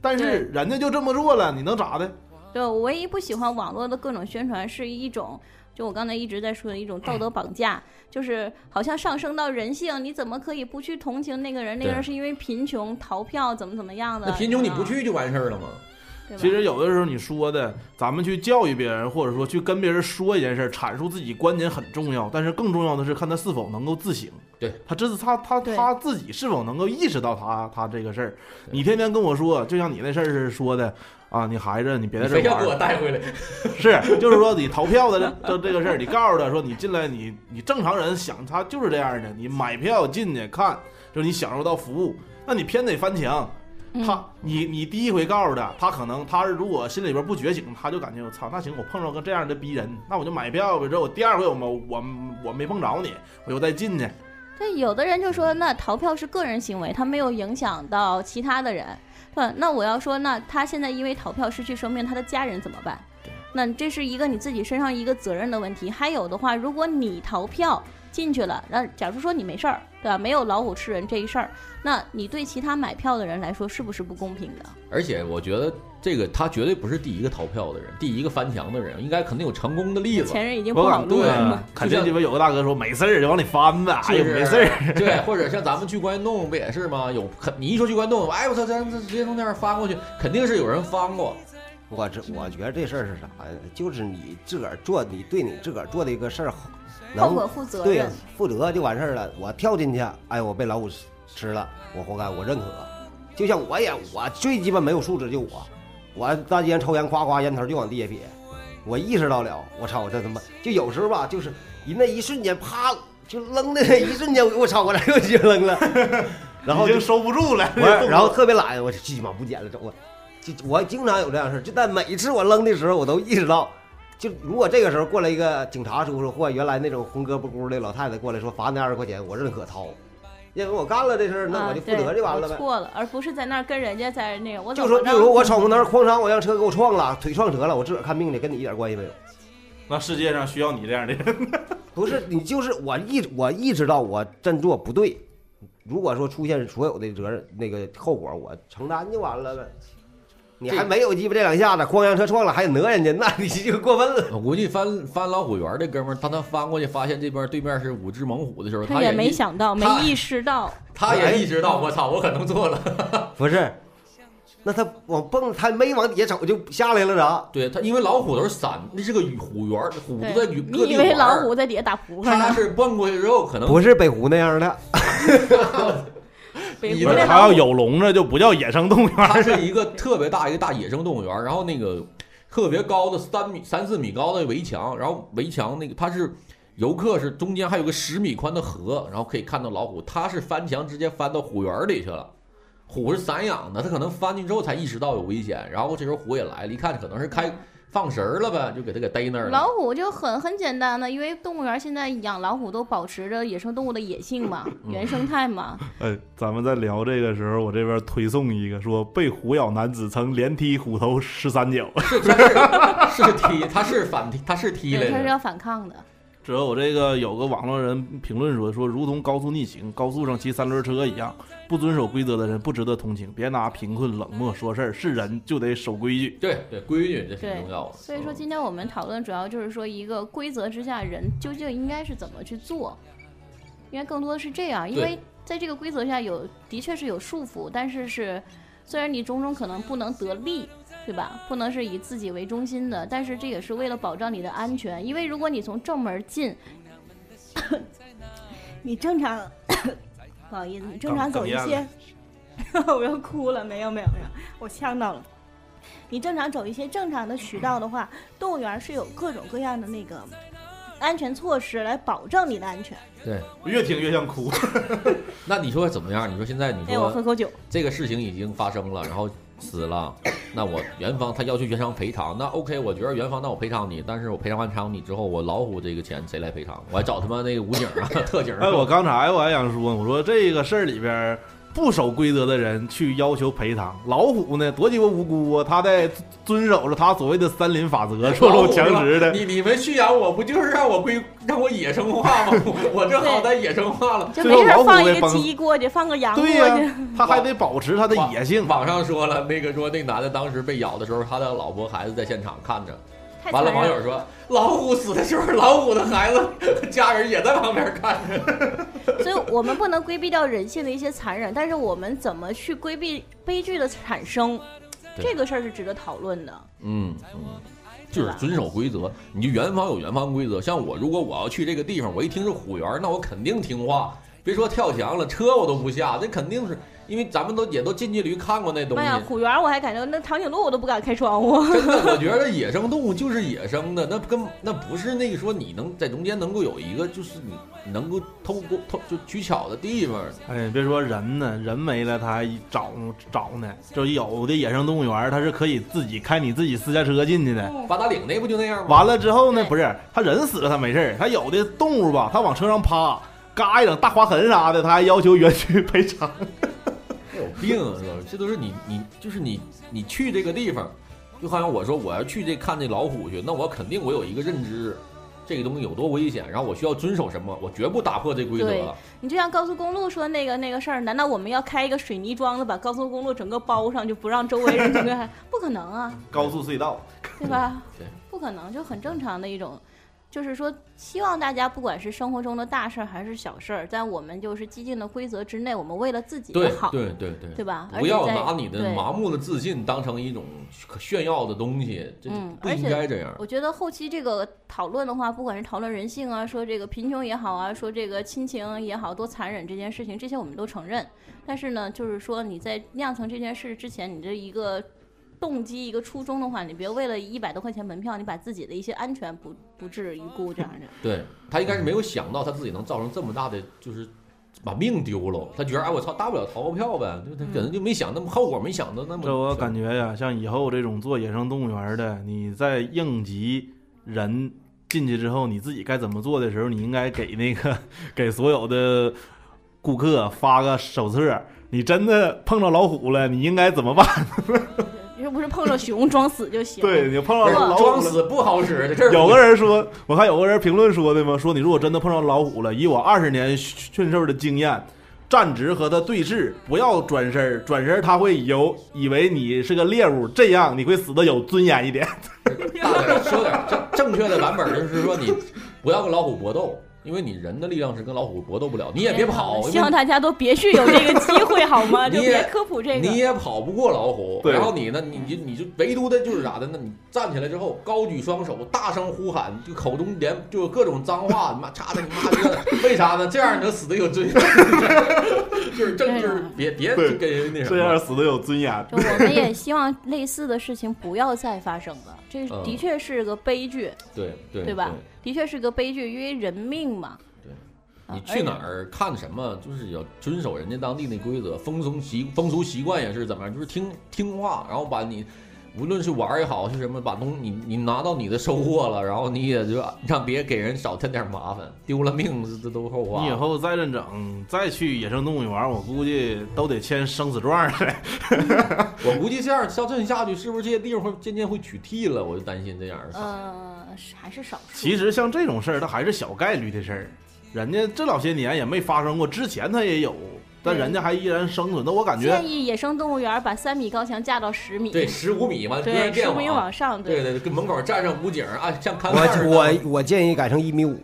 但是人家就这么做了，你能咋的？
对我唯一不喜欢网络的各种宣传是一种，就我刚才一直在说的一种道德绑架，就是好像上升到人性，你怎么可以不去同情那个人？那个人
对
是因为贫穷逃票，怎么怎么样的？
那贫穷你不
啊，
去就完事儿了吗？
对吧
其实有的时候你说的，咱们去教育别人，或者说去跟别人说一件事儿，阐述自己观点很重要，但是更重要的是看他是否能够自省。
对
他这是他他他自己是否能够意识到他他这个事儿。你天天跟我说，就像你那事儿是说的啊，你孩子你别在这
非
玩儿，
要给我带回来。
是，就是说你逃票的这 这个事儿，你告诉他说你进来你你正常人想他就是这样的，你买票进去看，就是你享受到服务，那你偏得翻墙。
嗯
他你你第一回告诉他，他可能他如果心里边不觉醒，他就感觉我操，那行我碰着个这样的逼人，那我就买票呗。这我第二回我没我我没碰着你，我又再进去。
对，有的人就说，那逃票是个人行为，他没有影响到其他的人。对，那我要说，那他现在因为逃票失去生命，他的家人怎么办？那这是一个你自己身上一个责任的问题。还有的话，如果你逃票进去了，那假如说你没事儿，对吧？没有老虎吃人这一事儿，那你对其他买票的人来说是不是不公平的？
而且我觉得这个他绝对不是第一个逃票的人，第一个翻墙的人，应该肯定有成功的例子。
前人已经不
我
好
敢
录
对
了。，
肯定鸡巴有个大哥说没事儿就往里翻呗，哎呀没事儿。
对，或者像咱们去关洞不也是吗？有肯你一说去关洞，哎我操，咱这直接从那儿翻过去，肯定是有人翻过。
我这我觉得这事儿是啥呀？就是你自个儿做，你对你自个儿做的一个事儿好，能
后果负责
对
任，
负责就完事儿了。我跳进去，哎，我被老虎吃了，我活该，我认可。就像我也，我最鸡巴没有素质就我，我大街上抽烟，夸夸烟头就往地下撇，我意识到了，我操，我这他妈就有时候吧，就是一那一瞬间，啪就扔的，一瞬间，我操，我这又直接扔了， 然后
已
就
经收不 住了。
我然后特别懒，我去鸡妈不捡了，走了。就我经常有这样的事儿，就但每次我扔的时候，我都意识到，就如果这个时候过来一个警察叔叔或原来那种红胳膊箍的老太太过来说罚你二十块钱，我认可掏，因为我干了这事儿，那我就负责就完
啊对我
了呗。
错了，而不是在那儿跟人家在那个，我怎
就
么
说，比
着
如我闯红灯，哐当，我让车给我撞了，腿撞折了，我自个儿看病去，跟你一点关系没有。
那世界上需要你这样的人。
不是你，就是我意我意识到我振作不对，如果说出现所有的责任那个后果，我承担就完了呗。你还没有鸡巴这两下子，哐让车撞了还得讹人家，那 你就过分了。
我估计翻翻老虎园的哥们儿，当他翻过去发现这边对面是五只猛虎的时候，
他
也
也
意
没，想到，没
他
意识到。
他
哎
也意识到我操，我可能错了。
不是，那他往蹦，他没往底下走就下来了啥？
对他，因为老虎都是散，那是个虎园，虎都
对，
在各
你
地
以为
玩
老
儿
虎在底下打扑克
他
呢？
是蹦过去之后可能
不是北湖那样的，
北
你
湖
这
那
还要有笼子就不叫野生动物园儿。
它是一个特别大一个大野生动物园儿，然后那个特别高的三米三四米高的围墙，然后围墙那个它是游客是中间还有个十米宽的河，然后可以看到老虎，它是翻墙直接翻到虎园儿里去了。虎是散养的，它可能翻进之后才意识到有危险，然后这时候虎也来了，一看可能是开放神儿了呗，就给它给逮那儿了。
老虎就很很简单的，因为动物园现在养老虎都保持着野生动物的野性嘛，
嗯
原生态嘛。
哎，咱们在聊这个时候，我这边推送一个说被虎咬男子曾连踢虎头十三 脚。
是踢，它是反踢，它是踢
对，它
来
是
的。
要反抗的。
之后我这个有个网络人评论说说，如同高速逆行，高速上骑三轮车一样，不遵守规则的人不值得同情。别拿贫困冷漠说事儿，是人就得守规矩。
对对，规矩这挺
对
重要的，。嗯
所以说今天我们讨论主要就是说一个规则之下人究竟应该是怎么去做，应该更多的是这样，因
对
为在这个规则下有的确是有束缚，但是是虽然你种种可能不能得利。对吧？不能是以自己为中心的，但是这也是为了保障你的安全。因为如果你从正门进， 你正常，不好意思，你正常走一
哽哽
些
咽，
我要哭了，没有没有没有，我呛到了。你正常走一些正常的渠道的话，动物园是有各种各样的那个安全措施来保证你的安全。
对，
越听越像哭。
那你说怎么样？你说现在你
哎，我喝
说
口酒。
这个事情已经发生了，然后死了，那我元方他要求元方赔偿，那 OK，我觉得元方那我赔偿你，但是我赔偿完偿你之后，我老虎这个钱谁来赔偿？我还找他妈那个武警啊、 特警啊。
哎，我刚才我还想说，我说这个事儿里边儿不守规则的人去要求赔偿，老虎呢多鸡巴无辜啊，他在遵守着他所谓的森林 法则，弱肉强食的。
你你们驯养我不就是让我归让我野生化吗？ 我这好歹野生化了，
就没事儿放一个
崩
鸡过去，放个羊过
对
去。
呀
他还得保持他的野性。
网上说了，那个说那男的当时被咬的时候，他的老婆孩子在现场看着。
太
完了，
残
网
忍
友说老虎死的时候，老虎的孩子 家人也在旁边看着。
所以我们不能规避掉人性的一些残忍，但是我们怎么去规避悲剧的产生，
对
这个事儿是值得讨论的。
嗯嗯，就是遵守规则，你就园方有园方规则。像我，如果我要去这个地方，我一听是虎园，那我肯定听话。别说跳墙了，车我都不下，这肯定是因为咱们都也都近距离看过那东
妈
西。
哎呀，虎园儿我还感觉那长颈鹿我都不敢开窗户。
真的，我觉得野生动物就是野生的，那跟那不是那个说你能在中间能够有一个就是你能够透过透就取巧的地方。
哎，别说人呢，人没了他还找找呢。就有的野生动物园儿，它是可以自己开你自己私家车进去的。
八达岭那不就那样吗？
完了之后呢，不是他人死了他没事儿，他有的动物吧，他往车上趴，嘎一整大划痕啥的，他还要求园区赔偿。
有病啊，是吧这都是你你就是你你去这个地方，就好像我说我要去这看这老虎去，那我肯定我有一个认知，这个东西有多危险，然后我需要遵守什么，我绝不打破这规则。
对你就像高速公路说那个那个事儿，难道我们要开一个水泥桩子把高速公路整个包上，就不让周围 人整个不可能啊，
高速隧道，
对吧？
嗯对，
不可能，就很正常的一种。就是说，希望大家不管是生活中的大事儿还是小事儿，在我们就是既定的规则之内，我们为了自己
对
好，
对对对，
对吧而
不
且
要
在
拿你的
对
盲目的自信当成一种可炫耀的东西，这
嗯，
不
而
应
且
该这样。
我觉得后期这个讨论的话，不管是讨论人性啊，说这个贫穷也好啊，说这个亲情也好，多残忍这件事情，这些我们都承认。但是呢，就是说你在酿成这件事之前，你这一个动机、一个初衷的话，你别为了一百多块钱门票，你把自己的一些安全不不置于顾这样的。
对他应该是没有想到他自己能造成这么大的，就是把命丢了。他觉得哎，我操，大不了逃个票呗，就他可
嗯
能就没想那么后果，没想到那么。
这我感觉呀，像以后这种做野生动物园的，你在应急人进去之后，你自己该怎么做的时候，你应该给那个给所有的顾客发个手册。你真的碰着老虎了，你应该怎么办？
又不是碰着熊装死就行。
对你碰着老虎
装死不好 使，这事儿
有个人说，我看有个人评论说的嘛，说你如果真的碰上老虎了，以我二十年驯兽的经验，站直和它对峙，不要转身儿，转身儿它会有以为你是个猎物，这样你会死的有尊严一点。
大点儿说点儿正正确的版本，就是说你不要跟老虎搏斗，因为你人的力量是跟老虎搏斗不了，你也别跑，因为
嗯希望大家都别去有这个机会，好吗？就
你
别
也
科普这个。
你也跑不过老虎。
对
然后你呢，你你就你就唯独的就是啥的呢？你站起来之后，高举双手，大声呼喊，就口中连就有各种脏话，你妈叉的你妈这个，为啥呢？这样能死的有尊严， 就是正
啊
就是别别
对
就跟人那什
这样
么。
死的有尊严。
就我们也希望类似的事情不要再发生了，这
嗯
的确是个悲剧，
对对
对吧？的确是个悲剧，因为人命嘛。啊
你去
哎
哪儿看什么，就是要遵守人家当地那规则，风俗习风俗习惯也是怎么样，就是听听话，然后把你无论是玩儿也好是什么，把东你你拿到你的收获了，然后你也就让别给人少添点麻烦，丢了命这这都后话。
你以后再认整，再去野生动物园儿，我估计都得签生死状儿了。
我估计这样像这样下去，是不是这些地方会渐渐会取缔了？我就担心这样儿。
呃，是还是少数。
其实像这种事儿，它还是小概率的事儿，人家这老些年也没发生过，之前它也有，但人家还依然生存。那我感觉
建议野生动物园把三米高墙架到十米，
对，十五米嘛，不
对
然
十
电
五米往上，
对对，跟门口站上武警啊，像看门
我
儿
我我建议改成一米五，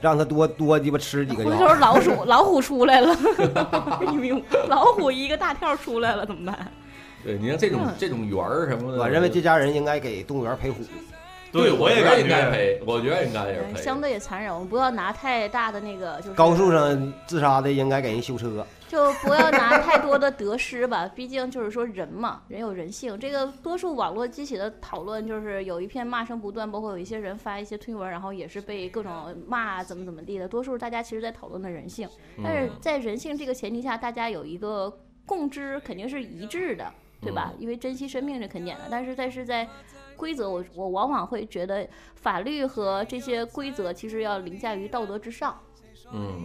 让他多多鸡巴吃几个
回
药。
头老 鼠老虎出来了，一米五，老虎一个大跳出来了，怎么办？
对，你像这种
嗯
这种园儿什么的，
我认为这家人应该给动物园赔虎。
对我也
感觉
应该赔，我觉得应该也是赔。
哎嗯相对也残忍，我们不要拿太大的那个，就是
高速上自杀的应该给人修车。
就不要拿太多的得失吧， 毕竟就是说人嘛，人有人性。这个多数网络激起的讨论就是有一片骂声不断，包括有一些人发一些推文，然后也是被各种骂怎么怎么地的。多数大家其实在讨论的人性，但是
嗯
在人性这个前提下，大家有一个共知肯定是一致的，对吧？因为珍惜生命是肯定的，但是但是在规则我，我往往会觉得法律和这些规则其实要凌驾于道德之上。
嗯，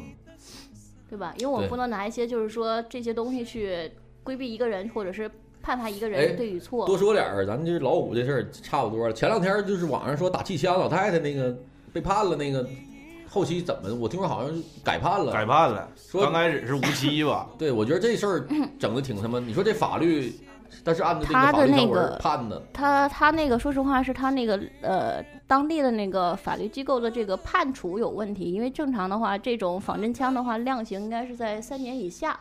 对吧？因为我
对
不能拿一些就是说这些东西去规避一个人，或者是判罚一个
哎
人对与错。
多说点儿，咱们这老虎这事儿差不多了。前两天就是网上说打气枪老太太那个被判了，那个后期怎么我听说好像是改判了，
改判了，
说
刚开始是无期 吧？
对，我觉得这事儿整的挺什么？你说这法律，但是按照这
嗯
个
他
法
的
律
那
条文
个
儿判的，
他他那个说实话是他那个呃当地的那个法律机构的这个判处有问题，因为正常的话，这种仿真枪的话量刑应该是在三年以下，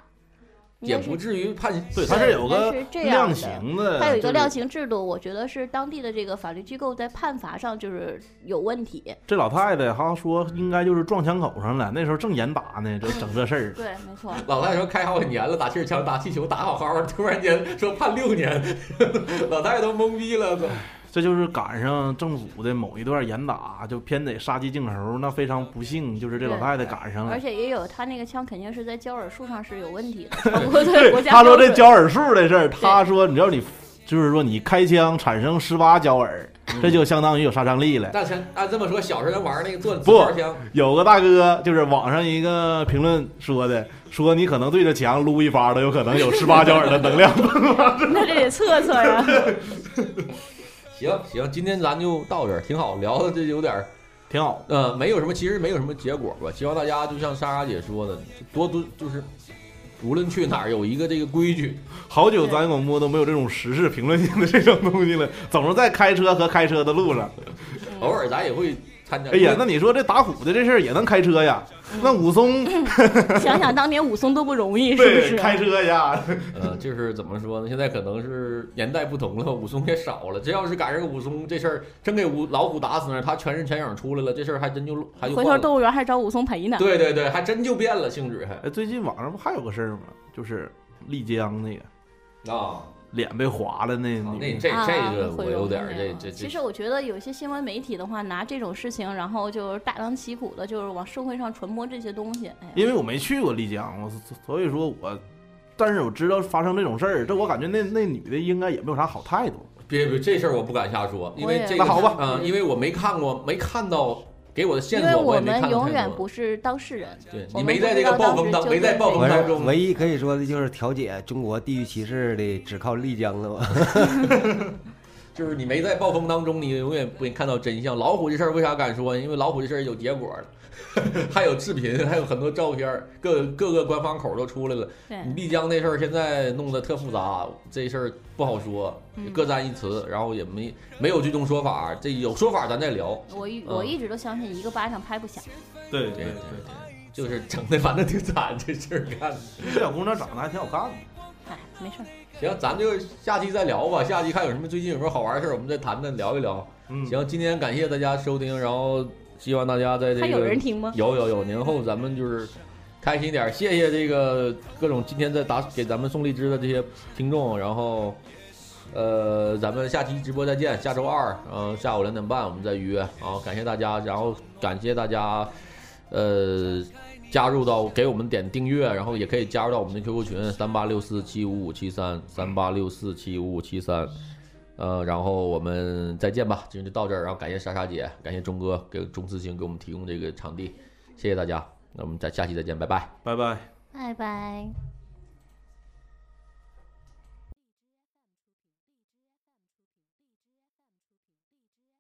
应
也
该是
不至于判。
对，它是有
应
个
该是这样
量
的
刑的，
它有一个
就是
量刑制度，我觉得是当地的这个法律机构在判罚上就是有问题。
这老太太哈说应该就是撞枪口上了，那时候正严打呢，这整这事儿。
对，没错。
老太太说开好几年了，打气儿枪、打气球打好好的，突然间说判六年， 老太太都懵逼了。都
这就是赶上政府的某一段严打，就偏得杀鸡儆猴，那非常不幸，就是这老太太赶上了
而。且也有他那个枪肯定是在交耳术上是有问题的，超过这个国
对，
家
他说
标
这
准
交耳术的事儿，他说你知道你就是说你开枪产生十八交耳，这就相当于有杀伤力了。
但是按这么说，小时候咱玩儿那个做自
不
玩枪，，
有个大哥就是网上一个评论说的，说你可能对着墙撸一发都有可能有十八交耳的能量。
那这得测测呀。
行行，今天咱就到这儿，挺好，聊的这有点儿
挺好。
呃，没有什么，其实没有什么结果吧。希望大家就像莎莎姐说的，就多多就是，无论去哪儿有一个这个规矩。
好久咱广播都没有这种时事评论性的这种东西了，总是在开车和开车的路上。
嗯
偶尔咱也会参加。
哎呀，那你说这打虎的这事儿也能开车呀？那武松
想想当年武松都不容易，是啊不
对
是？
开车呀，
呃，就是怎么说呢？现在可能是年代不同了，武松也少了。这要是赶上武松这事儿，真给武老虎打死那儿，他全身全影出来了，这事儿还真就还 就
回
换
头
了
动物园还找武松赔呢。
对对对，还真就变了性质还
哎，最近网上不还有个事儿吗？就是丽江那个
啊，
脸被划了那女
哦那
的
这
啊
这个
毁
我
容
有点
的
儿
那
这
个
这
其
这
实我觉得有些新闻媒体的话，拿这种事情，然后就是大张旗鼓的，就是往社会上传播这些东西。哎呀，
因为我没去过丽江，我所以说我，但是我知道发生这种事儿，这我感觉那那女的应该也没有啥好态度。
别别，这事儿我不敢瞎说，因为
也
这
那
个
好吧
嗯，因为我没看过，没看到给我的线
因为
索，
我
也没
们
看到
永
太
远
多。
不是当事人，
对
我
你
们
没
不
在
知
这个
道
暴
当
风
时
当，
究
没在
竟
暴
是
风当中。
唯一可以说的就是调解中国地域歧视的，只靠丽江了吧？
就是你没在暴风当中，你永远不会看到真相。老虎这事儿为啥敢说呢？因为老虎这事儿有结果了， 还有视频，还有很多照片儿，各各个官方口都出来了。
对
你丽江那事儿现在弄得特复杂，这事儿不好说，
嗯
各占一词，然后也没没有最终说法。这有说法咱再聊。
我一
嗯
我一直都相信一个巴掌拍不响。
对
对对对，就是整的反正挺惨，这事儿干的。
这小姑娘长得还挺好看的。
哎，没事儿。
行，咱就下期再聊吧。下期看有什么最近有什么好玩的事儿，我们再谈谈聊一聊。
嗯，
行，今天感谢大家收听，然后希望大家在这个
还有人听吗
有有有，年后咱们就是开心一点。谢谢这个各种今天在打给咱们送荔枝的这些听众，然后呃，咱们下期直播再见，下周二呃下午两点半我们再约。好，感谢大家，然后感谢大家呃。加入到给我们点订阅，然后也可以加入到我们的 QQ 群三八六四七五五七三三八六四七五五七三，呃，然后我们再见吧，今天就到这儿，然后感谢莎莎姐，感谢钟哥给钟思行给我们提供这个场地，谢谢大家，那我们在下期再见，拜拜，
拜拜。
拜拜。